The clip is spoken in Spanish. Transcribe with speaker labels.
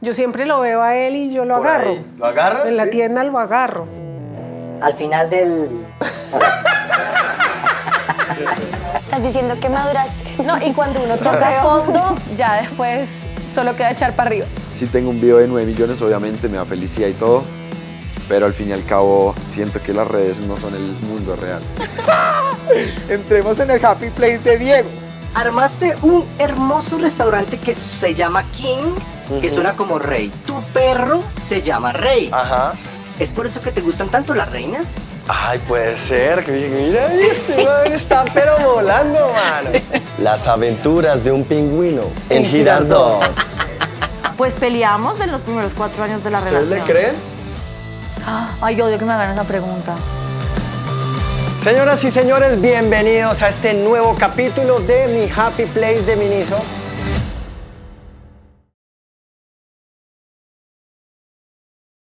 Speaker 1: Yo siempre lo veo a él y yo lo
Speaker 2: Por
Speaker 1: agarro.
Speaker 2: ahí. ¿Lo agarras?
Speaker 1: En la
Speaker 2: Sí.
Speaker 1: tienda lo agarro.
Speaker 3: Al final del...
Speaker 4: Estás diciendo que maduraste.
Speaker 5: No, y cuando uno toca fondo, ya después solo queda echar para arriba.
Speaker 6: Sí tengo un video de 9 millones, obviamente me da felicidad y todo, pero al fin y al cabo siento que las redes no son el mundo real.
Speaker 7: Entremos en el happy place de Diego.
Speaker 3: Armaste un hermoso restaurante que se llama King, que suena como rey. Tu perro se llama Rey.
Speaker 2: Ajá.
Speaker 3: ¿Es por eso que te gustan tanto las reinas?
Speaker 2: Ay, puede ser. Que dije, mira, este man está pero volando, mano. Las aventuras de un pingüino en Girardot.
Speaker 8: Pues peleamos en los primeros cuatro años de la
Speaker 2: ¿Ustedes
Speaker 8: relación.
Speaker 2: le creen?
Speaker 8: Ay, odio que me hagan esa pregunta.
Speaker 2: Señoras y señores, bienvenidos a este nuevo capítulo de Mi Happy Place de Miniso.